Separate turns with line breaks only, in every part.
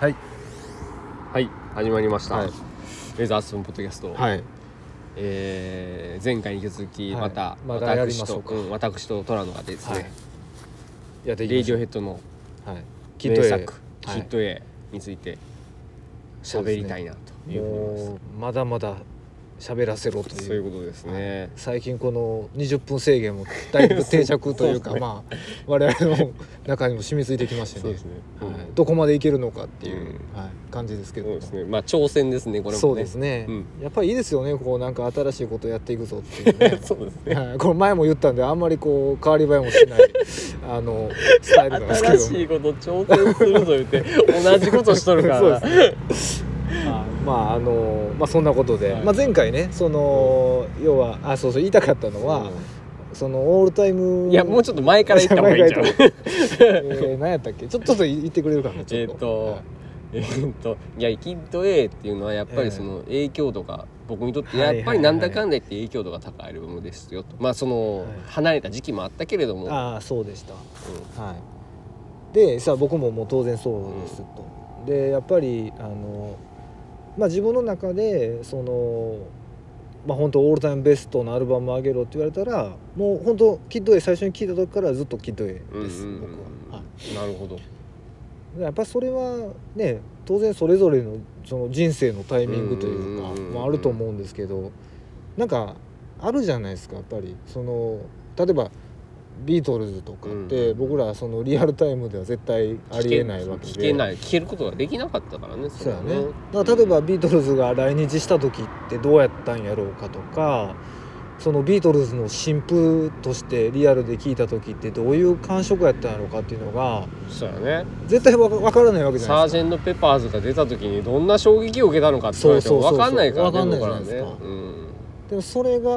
はい
はい始まりました、
はい
レザースプーンポッドキャスト、
はい
えー前回に引き続き
はい
また、
またやり
私
ましょう
と、
か
うん私とトラノがですね、
はいやって
レ
い
イ
き
デ
まし
ィ
ょ
オヘ
う
ッドの
はい
名作「
名
ヒ
作
ット A」について喋りたいなというふうに思います
もうまだまだ喋らせろと
そうい
い
ううことですね、
最近この20分制限もだいぶ定着というか
そうですね
まあ我々の中にも染みついてきました
そう
ね
ですね、
は
うん
い、どこまでいけるのかっていう、
う
はい、感じですけど
そうですねまあ挑戦ですねこれもね
そうですね、
うん
やっぱりいいですよねこうなんか新しいことやっていくぞって いうね
そうですね
はいこれ前も言ったんであんまりこう変わり映えもしないあのスタイルなんですけど
新しいこと挑戦すると言って同じことしとるから
そう
な
ですまああのまあそんなことで、
はい
まあ、前回ねその、要はあそうそう言いたかったのは、そのオールタイム
いやもうちょっと前から言った方がいいんじゃん
前から言った方がいいえー何やったっけちょっとちょっと言ってくれるかなち ょ
え
っと
っと、 えっといやキッド A っていうのはやっぱりその影響度が僕にとってやっぱりなんだかんだ言って影響度が高いアルバムですよとまあその
はい
離れた時期もあったけれども、
ああそうでしたはい、でさあ僕ももう当然そうですと、でやっぱりあの、まあ、自分の中でその、まあ本当オールタイムベストのアルバムを上げろって言われたらもう本当キッド A 最初に聞いた時からずっとキッド A
うん、
です、
うんうん
僕は、は
なるほど
い、やっぱそれはね当然それぞれのその人生のタイミングというか
うんうんうんうん
もあると思うんですけどなんかあるじゃないですかやっぱりその例えばビートルズとかって
うん
僕らそのリアルタイムでは絶対ありえないわけで
聞けない聞けることができなかったからね
そうや
れ
ね
は
だから例えばビートルズが来日した時ってどうやったんやろうかとかそのビートルズの新譜としてリアルで聞いた時ってどういう感触やったんやろうかっていうのが
そうやね
絶対わかわからないわけじゃ
サ
ない
ー
です
ジェント・ペパーズが出た時にどんな衝撃を受けたのかって言われても
そうそ
分
うそう
かんないからね
わかんないじ
僕
ゃ
ら
ない
ね
ですか
うん
かでもそれがあ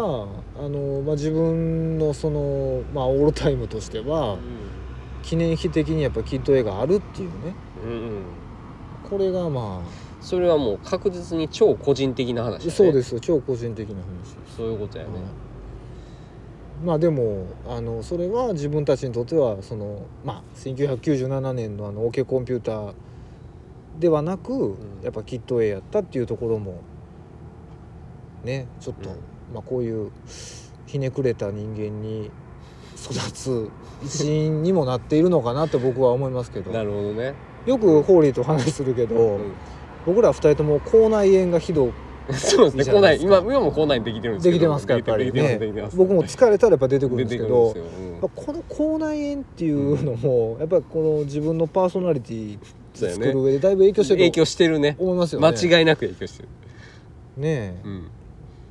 の、まあ、自分のその、まあ、オールタイムとしては記念碑的にやっぱキッド絵があるっていうね
うんうん
これがま
それはもう確実に超個人的な話だ
あ、
ね
そうですよ超個人的な話
そういうことやね、
うんまあでもあのそれは自分たちにとってはその、まあ、1997年のあの OK コンピューターではなく、
ん
やっぱキット A やったっていうところもねちょっと、
うん
まあ、こういうひねくれた人間に育つ一員にもなっているのかなって僕は思いますけど
なるほどね、
よくホーリーと話するけど、僕ら二人とも口内炎がひどく
そうですね
いいじゃ
校
ない
内
です
今
か
今も校内できてるんですけ
で
ど
きてますかやっぱり
できて
ね
ますできてます
僕も疲れたらやっぱ出てくるん
出
です
て
け
くる
ど
んですよ、うん
まあこの口内炎っていうのも、やっぱりこの自分のパーソナリティ
そうや
作
ね
る上でだいぶ影響して
影
ると
響してるね
思いますよね。
間違いなく影響してる、
ねえ、
うん、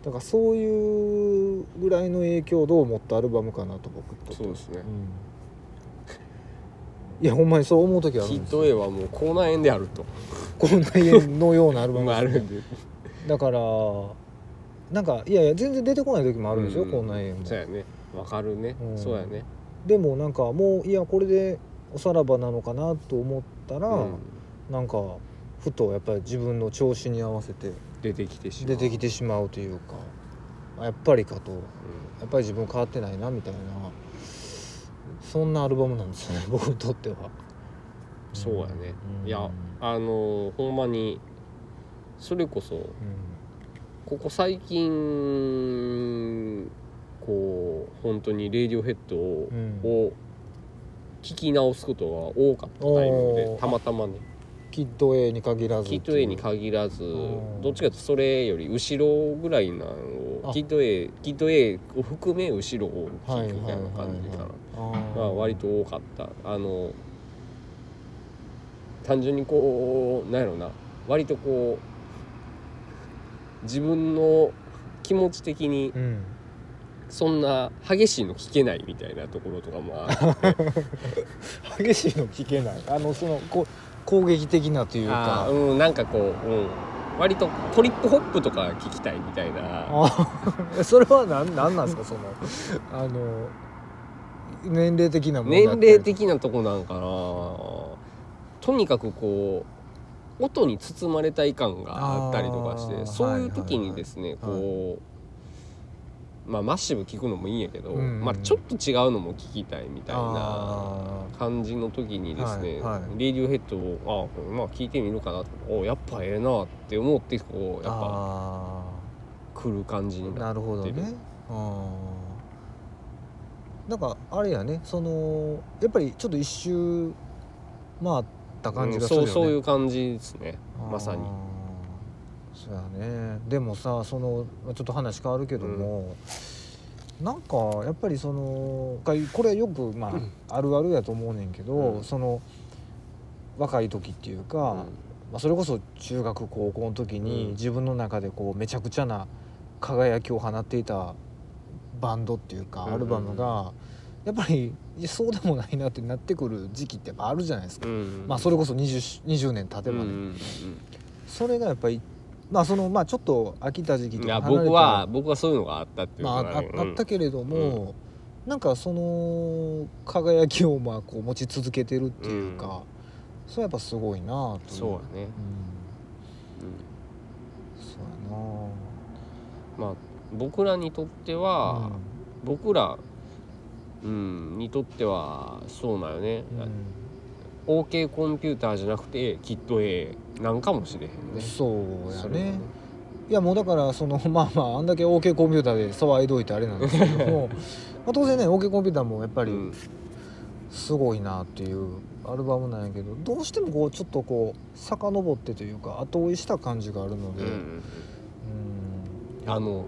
だからそういうぐらいの影響度を持ったアルバムかなと僕と
そうですね
んいやほんまにそう思う時はある
ヒ
ん
ッ
です
ト A はもう校内園であると
口内炎のようなアルバ ム
まああ
です
るん
ね
で
だからなんかいやいや全然出てこない時もあるんですよ、
うん
口内炎も
そうやねわかるね、
うん
そうやね
でもなんかもういやこれでおさらばなのかなと思ったら、
うん
なんかふとやっぱり自分の調子に合わせて
出てきてしま
出
う
てきてしまうというかあやっぱりかとや
う
っぱり自分変わってないなみたいなそんなアルバムなんですよね 僕にとっては
んそうやね、
うん
いやあのーほんまにそれこそ
うん
ここ最近こう本当にレイディオヘッドを,、
うん
聞き直すことが多かったタイミング
お
で
ー
たまたまね
キッド A に限らず
キッド A に限らず
ん
どっちかというとそれより後ろぐらいなのを
あ
キッド A キッド A を含め後ろを聞くみたいな感じかな、まあ、割と多かったあの単純にこうなんやろな割とこう自分の気持ち的に
うん
そんな激しいの聞けないみたいなところとかもああ
激しいの聞けないあのそのこ攻撃的なというか
ーうん、なんかこう、うん、割とトリップホップとか聞きたいみたいな
あそれは何なんなんですかそのあの年齢的なものだ
年
ったり
齢的なとこなんかなとにかくこう音に包まれたい感があったりとかし
あー
てそういう時にですね、
はいはいはい
こう、まあマッシブ聞くのもいいんやけど、
うん
まあちょっと違うのも聞きたいみたいな
あ
感じの時にですね、
はいはい
レディオヘッドをあまあ聞いてみるかなとおやっぱええなって思ってこうやっぱ
あ
来る感じ
あ
になる
なるほどねうんなんかあれやねそのやっぱりちょっと一周回った感じがするよね、
うんそうそういう感じですねまさに
あーそうやねでもさそのまあちょっと話変わるけども、なんかやっぱりそのかこれはよくまあ、
うん
あるあるやと思うねんけど、
うん
その若い時っていうか、
うん
まあ、それこそ中学高校の時に
うん
自分の中でこうめちゃくちゃな輝きを放っていたバンドっていうか
うん
アルバムがやっぱりいやそうでもないなってなってくる時期ってやっぱあるじゃないですか、
うん
まあ、それこそ 20, 20年経て
うん
ば
う
ね、
ん
それがやっぱりまあそのまあちょっと飽きた時期
うん
と
い
か
や
離れて
僕は僕はそういうのがあったっていう
まあ、
か
ああ
うん
あったけれども、なんかその輝きをまあこう持ち続けてるっていうか、それはやっぱすごいなとい
そう
う
やね、
ん、
う
そ
ん、まあ僕らにとって
うやな
は、僕ら、うん、にとってはそうなよね、
うん、
OK コンピューターじゃなくてきっと A なんかもしれへん
うん
ね。
そうや
それは
ねいやもうだからその まあまああんだけ OK コンピューターで騒いどいてあれなんですけ どもまあ当然ね OK コンピューターもやっぱ
う
り
ん
すごいなっていうアルバムなんやけどどうしてもこうちょっとこう遡ってというか後追いした感じがあるので、
う
うん
んあの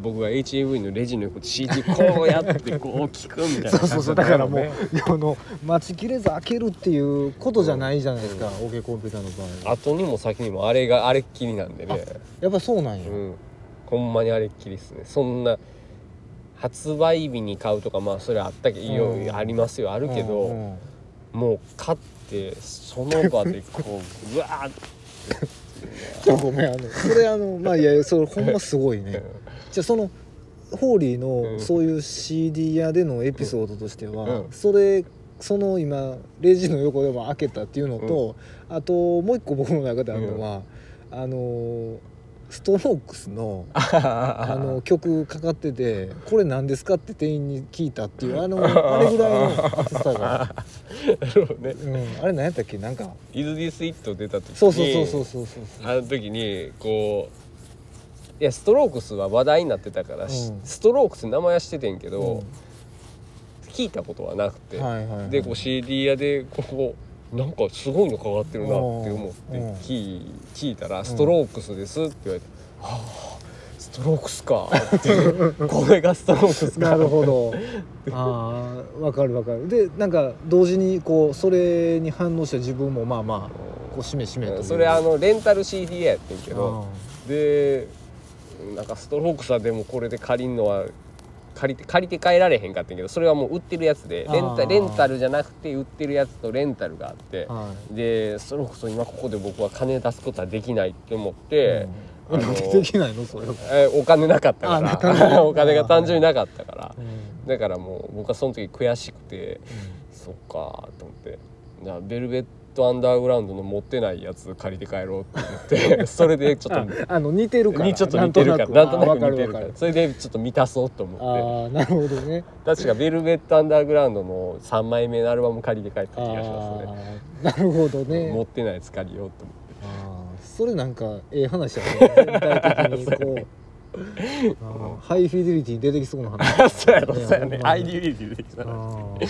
僕が HAV のレジの横で CD こうやってこう聞くみたいな
そうそうそうだからもう、
ね
あの待ちきれず開けるっていうことじゃないじゃないですか、OK コンピューターの場合は
後にも先にもあれがあれっきりなんでね、
やっぱそうなんや、
うん、ほんまにあれっきりですねそんな発売日に買うとかまあそれあったけど、
うん
ありますよあるけど、
うんうん
もう買ってその場でこううわーっ
ち ょっとごめんあのそれあ のまあいやそれほんますごい
て
ねじゃあそのホーリー
う
の
ん
そういう CD 屋でのエピソードとしては、
うん
それその今レジの横でも開けたっていうのと、あともう一個僕の中であるのは、あのストロークス のあ
あ
の曲かかってて「これ何ですか?」って店員に聞いたっていうあのあれぐらいの熱 さが、
なるほどね
うん、あれ何やったっけなんか
「イズ・ディス・イット」出た時に
そうそうそうそうそうそう
あの時にこういやストロークスは話題になってたから、し
うん
ストロークス名前はしててんけど、
うん
聞いたことはなくて、
はいはいはい
でこう CD 屋でここなんかすごいのかかってるなって思って
うん
聞い聞いたら「ストロークスです」って言われて「はあストロークスか」 ってこれがストロークスか
なるほ どああわかるわかるでなんか同時にこうそれに反応した自分もまあまあこうしめしめという
それあのレンタル CD やってんけど
う
でなんかストロークさでもこれで借りんのは借りて借りて帰られへんかったんやけどそれはもう売ってるやつでレン
あ
タ
ー
レンタルじゃなくて売ってるやつとレンタルがあって
んは
でストロークス今ここで僕は金出すことはできないって思っ
い、
て、
うん、
あの
なんでできないのそれは、
えお金なかった
あな
か
からった
お金が単純になかったから
うん
だからもう僕はその時悔しくてそっかと思ってじゃあベルベットアンダーグラウンドの持ってないやつ借りて帰ろうって思って それでちょっと
ああの似てるから
にちょっと似てるからなんとなく似てる
あわかるわ
か
からる
それでちょっと満たそうと思っ
ああなるほどね
て確かベルベットアンダーグラウンドの3枚目のアルバム借りて帰 った気がしますね
ああなるほどね
持ってないやつ借りようと思って
あーそれなんかええ話やね全体的 にこうあーハイフィデリティ出てきそうな 話
そうやろそうや
いや
ね
ほんまに
ID リーできた
あー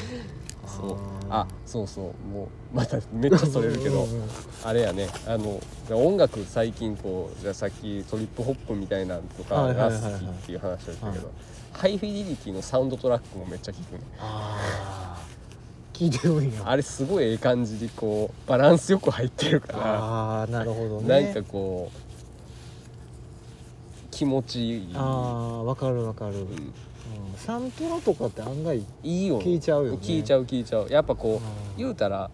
そう
あ
あそうそうもうまためっちゃそれるけど
うんうんうん
あれやねあの音楽最近こうじゃあさっきトリップホップみたいなんとか
はいはい
が
はいはい
好きっていう話をしたけど、
は
ハイフィデリティのサウンドトラックもめっちゃ聞くね
あー聞いてるんや
あれすごいええ感じにこうバランスよく入ってるか
ああなるほど
ら、
ね
なんかこう気持ちいい、
ああわかるわかる、う、
うんん
サントラとかって案外
いいよ
聞いちゃうよね
聞いちゃう聞いちゃうやっぱこ
あー
う言うたら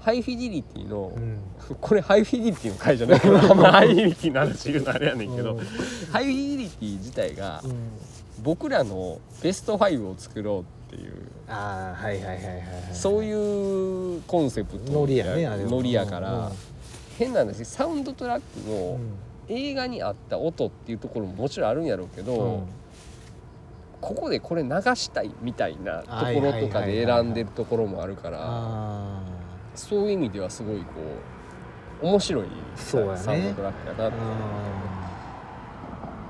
ハイフィデリティの、
うん
これハイフィデリティの回じゃないけどあんまハイフィデリティの話言うのあれやねんけど、
うん
ハイフィデリティ自体が
うん
僕らのベスト5を作ろうっていう
ああはいはいはいはいはい
そういうコンセプト
ノリやねあれは
ノリやから、
うんうん
変な話サウンドトラック
う
も
ん
映画に合った音っていうところももちろんあるんやろうけど、
うん
ここでこれ流したいみたいなところとかで
はいはいはいはいはい
選んでるところもあるから
あ
そういう意味ではすごいこう面白い
そうやね
サウンドトラックやな
ー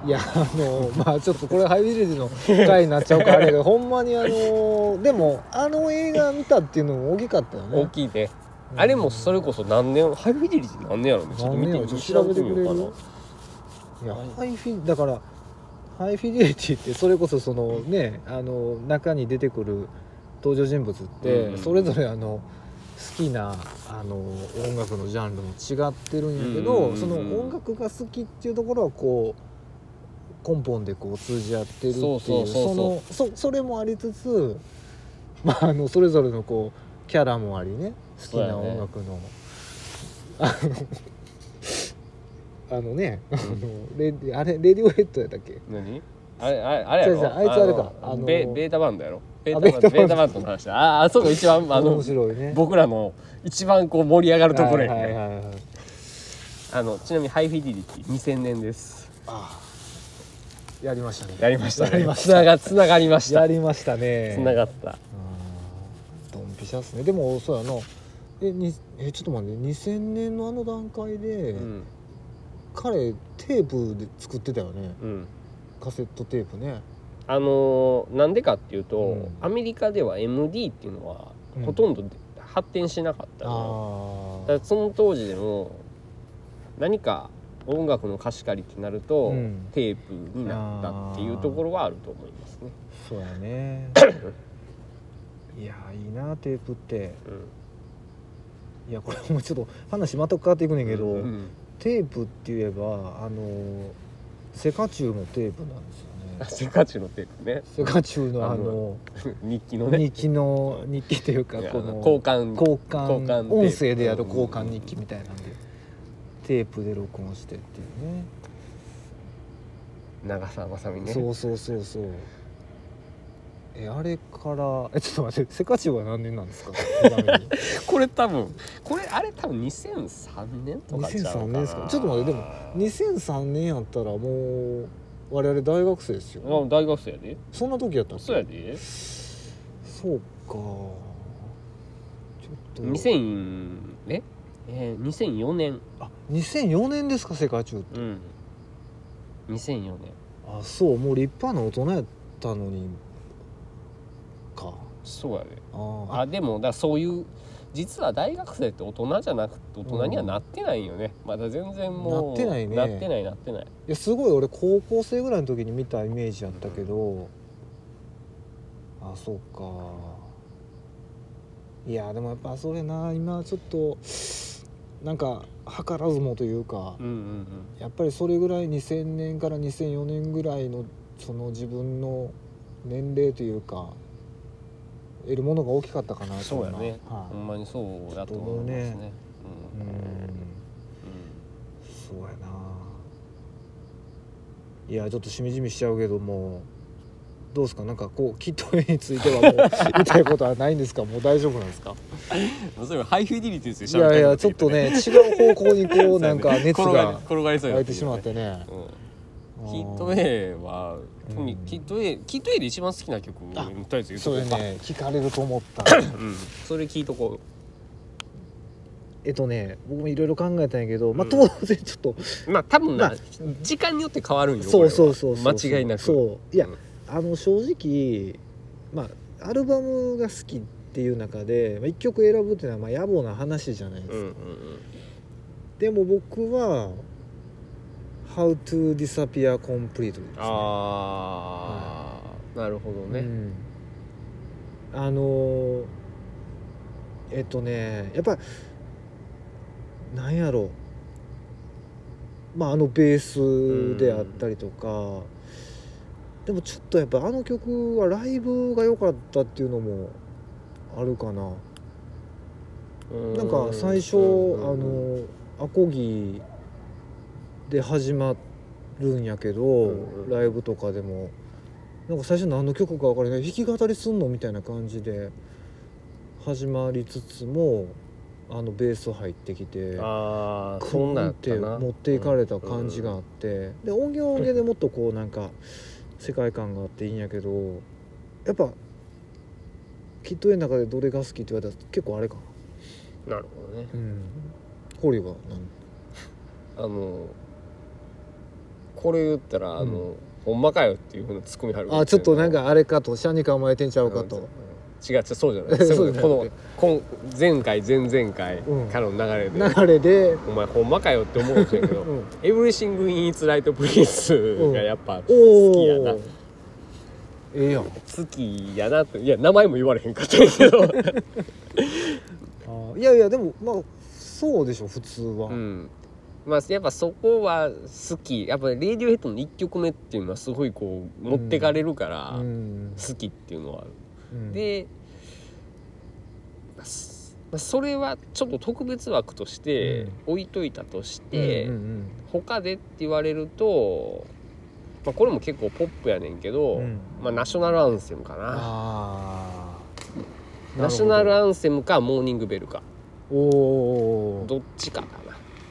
うんいやあのまあちょっとこれハイビリティの回になっちゃうからあ れやけどほんまにあのでもあの映画見たっていうのも大きかったよ
大
ね
きいねあれもそれこそ何年ハイフィデリティ何年やろうねちょっと見て
何年や
み
ろう
調べてみようか
調べ
な
ていやハイフィだからハイフィデリティってそれこそそのねあの中に出てくる登場人物って、
うん
それぞれあの好きなあの音楽のジャンルも違ってるんやけど、
うん
その音楽が好きっていうところはこう根本でこう通じ合ってるってい
そう
う
そうそうそう
そのそそれもありつつ、まあ、あのそれぞれのこうキャラもありね好き
そうや
な
ね
音楽の。あのあ のね、あのレディあれレディオヘッドやったっけ
何あれあれあれや
違う違う
ろ
あいつあれか
の
あの
ベベータバンドやろベ
あ
ータバンドベ
ベ
ー
ー
タ
タ
バ
バ
ンドの話だあーあそうか一番あの
面白いね
僕らの一番こう盛り上がるところや
はいはい
ね
はいはい
あのちなみにハイフィデリティ2000年です
ああやりましたね
やりましたね
やりまし
つながつながりました
や
つ
りましたね
ながった
うんドンピシャっすねでもそうやなえにえちょっと待って2000年のあの段階で、
うん
彼テープで作ってたよね
うん
カセットテープね
あのーなんでかっていうと、
うん
アメリカでは MD っていうのは
うん
ほとんど発展しなかった
あ
のよ、
あ
だからその当時でも何か音楽の貸し借りってなると、
うん
テープになったっていうところはあると思いますね。
そうやねいやいいなテープっていやこれもうちょっと話全く変わっていくね
うん
んけど、
うん
テープって言えばあのセカチュウのテープなんですよね
あ セカチュウのテープね
セカチュウのあの
日記のね
日記の日記というか
いや
こ
あの
の
交換
交換
交換テープ
音声でやる交換日記みたいなんで、テープで録音してっていうね
長澤まさみね
そうそうそうそうえあれからえちょっと待ってセカチュウは何年なんですかちなみ に
これ多分これあれ多分2003年とかちゃうかな
2003年ですかちょっと待ってでも2003年やったらもう我々大学生ですよ
あ大学生やで
そんな時やったっけ
そうやで
そうかちょっと
2000ええー、2004年
あ2004年ですか世界中って
うん2004年
あそうもう立派な大人やったのにか
そうやで
あー
あでもだからそういう実は大学生って大人じゃなくて大人にはなってないんよね、まだ全然もう
なってないね
なってないなってない
いやすごい俺高校生ぐらいの時に見たイメージやったけどあそうかいやでもやっぱそれな今ちょっとなんか図らずもというか
うんうん
やっぱりそれぐらい2000年から2004年ぐらいのその自分の年齢というか得るものが大きかったかな
うん
と
そうや
今
ね、
は
ほん
い
まにそうだと思いますね
う
うんん、
そうやないやちょっとしみじみしちゃうけどもどうですかなんかこうキット A についてはもう 言いたいことはないんですかもう大丈夫なんですか
うん、それハイフィデリティです
いやいやちょっとね違う方向にこ うなんか熱が
転がりそう
湧いてしまってね
キット A は、
うん
キット A キット A で一番好きな曲とりあえず言うと
そ
こ
れ
うか
ね聞かれると思った
うん、それ聞いとこ
えっとね僕もいろいろ考えたんやけど、まあ
うん
当然ちょっと、
うまあ多分な、
まあ
時間によって変わるんよ
そうそうそ
こ
うそ
れは間
う
違いなく
そういや、
うん
あの正直まあアルバムが好きっていう中で、まあ、1曲選ぶっていうのはまあ野暮な話じゃないです
う
か、
んうんうん
でも僕は「How to Disappear Completely ですね」
ああ、なるほど
う
ね。
んあのーえっとねやっぱなんやろうまああのベースであったりとか、でもちょっとやっぱあの曲はライブが良かったっていうのもあるかな、なんか最初、あのアコギで始まるんやけど、
うんうん
ライブとかでもなんか最初何の曲か分からない弾き語りすんのみたいな感じで始まりつつもあのベース入ってきて
ああ、
ク
そん
ン
なんや
っ
った
て
な。
持っていかれた感じがあって、で音源は音源でもっとこうなんか世界観があっていいんやけどやっぱきっと絵の中でどれが好きって言われたら結構あれかな
なるほどね
うんホリは何
あのこれ言ったらあの、
う
ほんまかよっていうふうなツッコミ入る
あちょっとなんかあれかとシャニ構えてんちゃうかと
違う違うそうじゃない
そうじゃなくて
このこん前回前々回
うん
からの流れで、
流れで、
お前ほんまかよって思うんだけ ど
うん、
「エブリシング・イン・イツ・ライト・プリンス」がやっぱ
お
好きやな
おええやんあ
好きやなっていや名前も言われへんかったんやけ ど、
ーいやいやでもまあそうでしょ普通は、
うん、まあやっぱそこは好きやっぱ「レディオヘッド」の1曲目っていうのはすごいこう持ってかれるから、
うん
好きっていうのはある
うん
で、まあすまあそれはちょっと特別枠として置いといたとして、
うんうん
他でって言われると、まあ、これも結構ポップやねんけど、
うんうん
まあ、ナショナルアンセムかな
あー
ナショナル
なる
アンセムかモーニングベルか
ほどおー
どっちかか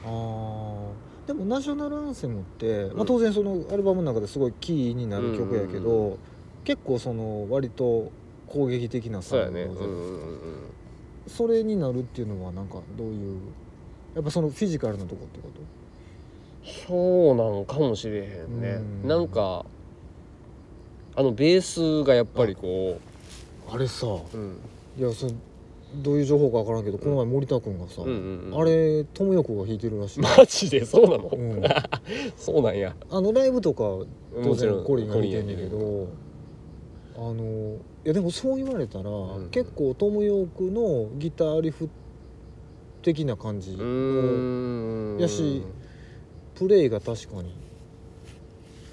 あーでもナショナルアンセムって、
ん
まあ、当然そのアルバムの中ですごいキーになる曲やけど、
うんうん
結構その割と攻撃的な
なそうやね
サ
う
ウン
ん
ド
う
で
んうん
それになるっていうのはなんかどういうやっぱそのフィジカルなとこってこと
そうなんかもしれへんね
うん
なんかあのベースがやっぱりこ
あれさ
う、うん、
いやそのどういう情報かわからんけどこの前森田君がさ、
うんうんうん
あれ友よ子が弾いてるらしい、
マジでそうなの、
うん
そうなんや
あのライブとか当
もちろ
然
ん
コリンが弾いてん
コリ
だ
ン
け
や
どあのいやでもそう言われたら、
ん
結構トム・ヨークのギターリフ的な感じ
うーん
やしプレイが確かに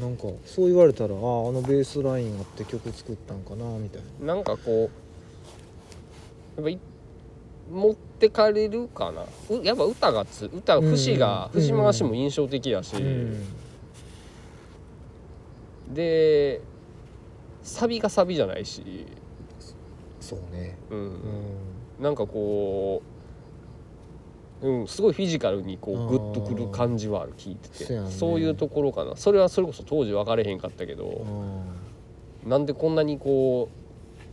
なんかそう言われたらあああのベースラインあって曲作ったんかなみたいな
なんかこうやっぱい持ってかれるかなうやっぱ歌がつ歌
うん
節が
うん
節回しも印象的だし、
うん
でサビがサビじゃないし、
そうね
う
うんん
なんかこう、うん、すごいフィジカルにこ
あー
うグッとくる感じはある聞いてて
せやね
そういうところかなそれはそれこそ当時分かれへんかったけど、なんでこんなにこう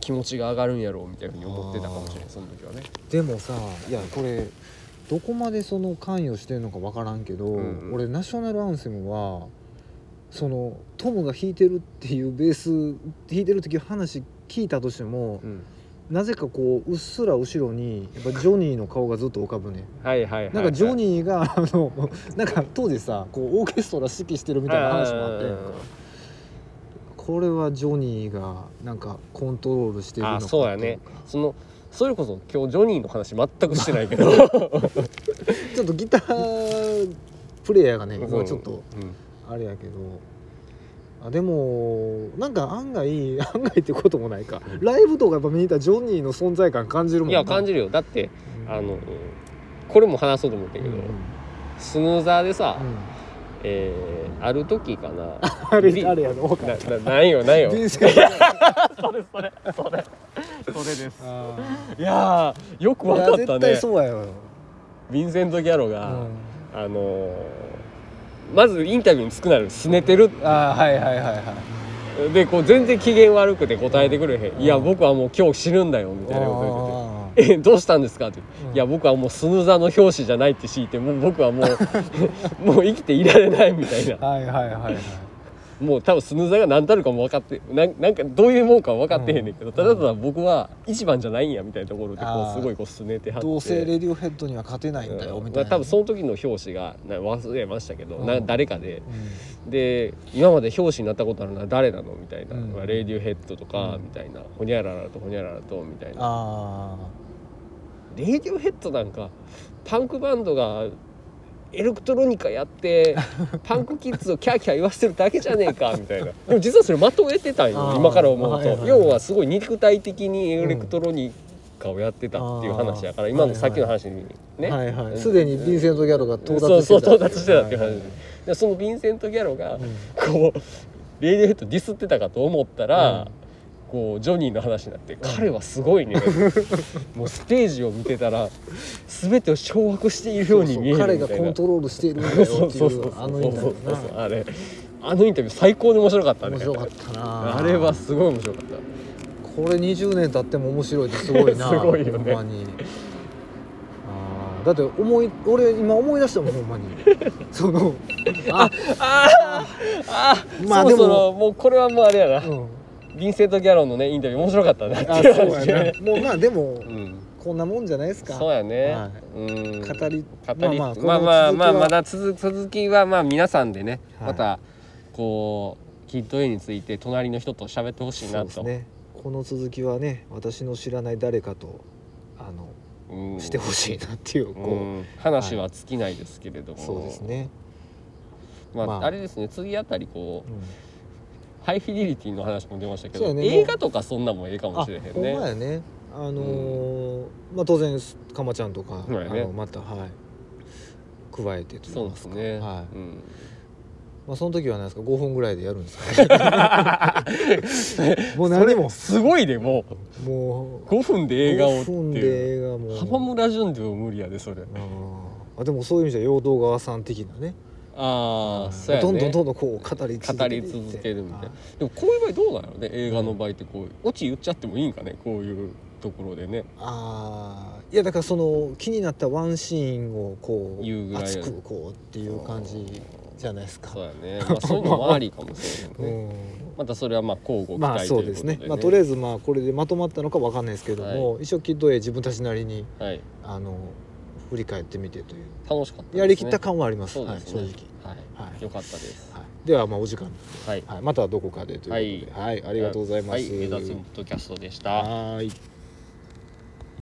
気持ちが上がるんやろうみたいなふうに思ってたかもしれな
あ
いその時はね。
でもさいやこれどこまでその関与してるのか分からんけど、
うんうん
俺ナショナルアンセムはそのトムが弾いてるっていうベース弾いてる時話聞いたとしても、
うん
なぜかこううっすら後ろにやっぱジョニーの顔がずっと浮かぶね
はいはいはいはい
なんかジョニーがあのなんか当時さこうオーケストラ指揮してるみたいな話もあって
うんうんうん
これはジョニーがなんかコントロールしてるのか
あそうやねそのそれこそ今日ジョニーの話全くしてないけ ど
っていうかちょっとギタープレイヤーがね、
うん
まあちょっとあれやけどあでもなんか案外 案外ってこともないかライブとかやっぱ見に行ったらジョニーの存在感感じる
う
もん
んい
な
や感じるよだって
うん
あのうんこれも話そうと思ったけ
うん
ど、
うん
スヌーザーでさ、
うん
えーある時かな
あ
ビ
れあれやろ
なななんよなんよ
人生が
それそれそれそれです
あ
いやーよく
ーい
わ
や
かった
絶対
ね
そうやよ
ヴィンセント・ギャロ
う
が、
ん
あのーまずインタビューにつくなるすねてる
あーはいはいはいはい
でこう全然機嫌悪くて答えてくれへん「いや僕はもう今日死ぬんだよ」みたいなこと言ってて。
あ
えどうしたんですか?」って言う、
うん
いや僕はもうスヌーザーの表紙じゃない」って敷いてもう 僕はもうもう生きていられないみたいな
ーはいはいはいはい
もう多分スヌーザーが何たるかも分かってなんなんかどういうもんかは分かってへんねんけど、
うん
ただただ僕は一番じゃないんやみたいなところでこ
あー
うすごいこうすねてはって
どうせレディオヘッドには勝てないんだよ
うん
みたいな
多分その時の表紙がな忘れましたけど、
うん
な誰かで
う
で今まで表紙になったことあるのは誰なのみたいな、
うん
まあレイディオヘッドとか、
うん
みたいなほにゃららとほにゃららとみたい
ん
な
あ
レイディオヘッドなんかパンクバンドがエレクトロニカやって パンクキッズをキャーキャー言わせてるだけじゃねえかみたいなでも実はそれまとえてたん
あ
よ
ー
今から思うと、
はいはいはい
要はすごい肉体的にエレクトロニカをやってたっていう話やから、
うん
今のさっきの話にね、
あはいは
う
い
ん
すでにヴィンセント・ギャロが到達してた
そうそう到達してたっていう話、
はいはい
でそのヴィンセント・ギャロが、
うん
こうレイディオヘッドディスってたかと思ったら、
うん
こうジョニーの話になって「彼はすごい ね」もうステージを見てたら全てを掌握しているように見えるみたいな
彼がコントロールしているんだよってい
そうそうそうそう
うあのインタビュー
そうそうそう
な
あれあのインタビュー最高に面白かったね
面白かったな
あれはすごい面白かった
これ20年経っても面白いってすごい な
すごいよね
ほんまにあーだって思い俺今思い出したもんほんま にそのあ
あーあー
まあ
そろそ
で
ろもうこれはもうあれやな、
うん
ヴィンセント・ギャロンのねインタビュー面白かったな
あ
っていう
そう
話
や
で
ねもうまあでも
うん
こんなもんじゃないですか
そうやね、
は
うん
語り
語り
ま
ま
あ
あま
ま
あ
あ
まあま
この続きは
だ続続きはまあ皆さんでね、
はい
またこうキッド A について隣の人と喋ってほしい
そ
な
うです
と
ねこの続きはね私の知らない誰かとあの
うん
してほしいなっていう
う
こ
ん話は尽きないですけれど
う
も、
そうですね
まあ、
まあ
あれですね次あたりこう
うん
ハイフィデリティの話も出ましたけ
そう
ど、
やね
映画とかそんなんもええかもしれへん
あほんま
ね
やねあのーまあ当然かまちゃんとか、
そうやね
あのまたはい加えてと言
そ
いうま
ですす
か
ね、
は
う
い
ん、
まあ、その時は何ですか5分ぐらいでやるんですか もう何も
すごいでも
も
う
う
5分で映画をって
5分で
いう
映画も
浜村淳でも無理やでそれ
あーあでもそういう意味じゃ陽動川さん的なね
ああ、そうやね
どんどんどんどんこう語り続けて
語り続けるみたいな
は
でもこういう場合どうなのね映画の場合ってこうオチ言っちゃってもいいんかねこういうところでね
あーいやだからその気になったワンシーンをこう
言うぐらいやね
熱くこうっていう感じじゃないですか
そうやね、まあ、そういうのもありかもしれないね
うん
またそれはまあ交互期
まあ
待と
そう
い
で
うこ
す
とで、
ね
ね
まあとりあえずまあこれでまとまったのかわかんないですけども、一応キッド A 自分たちなりに
はい
あの振り返ってみてという、
楽しかったですね
やりきった感はあります
そう
は
で
い、
す
正直
ね、はい、
はい
よかったです
はい、ではまあお時間、
はい
はい、またどこかでということで、はいありがとうございます、
はい、メダスポッドキャストでした
はーい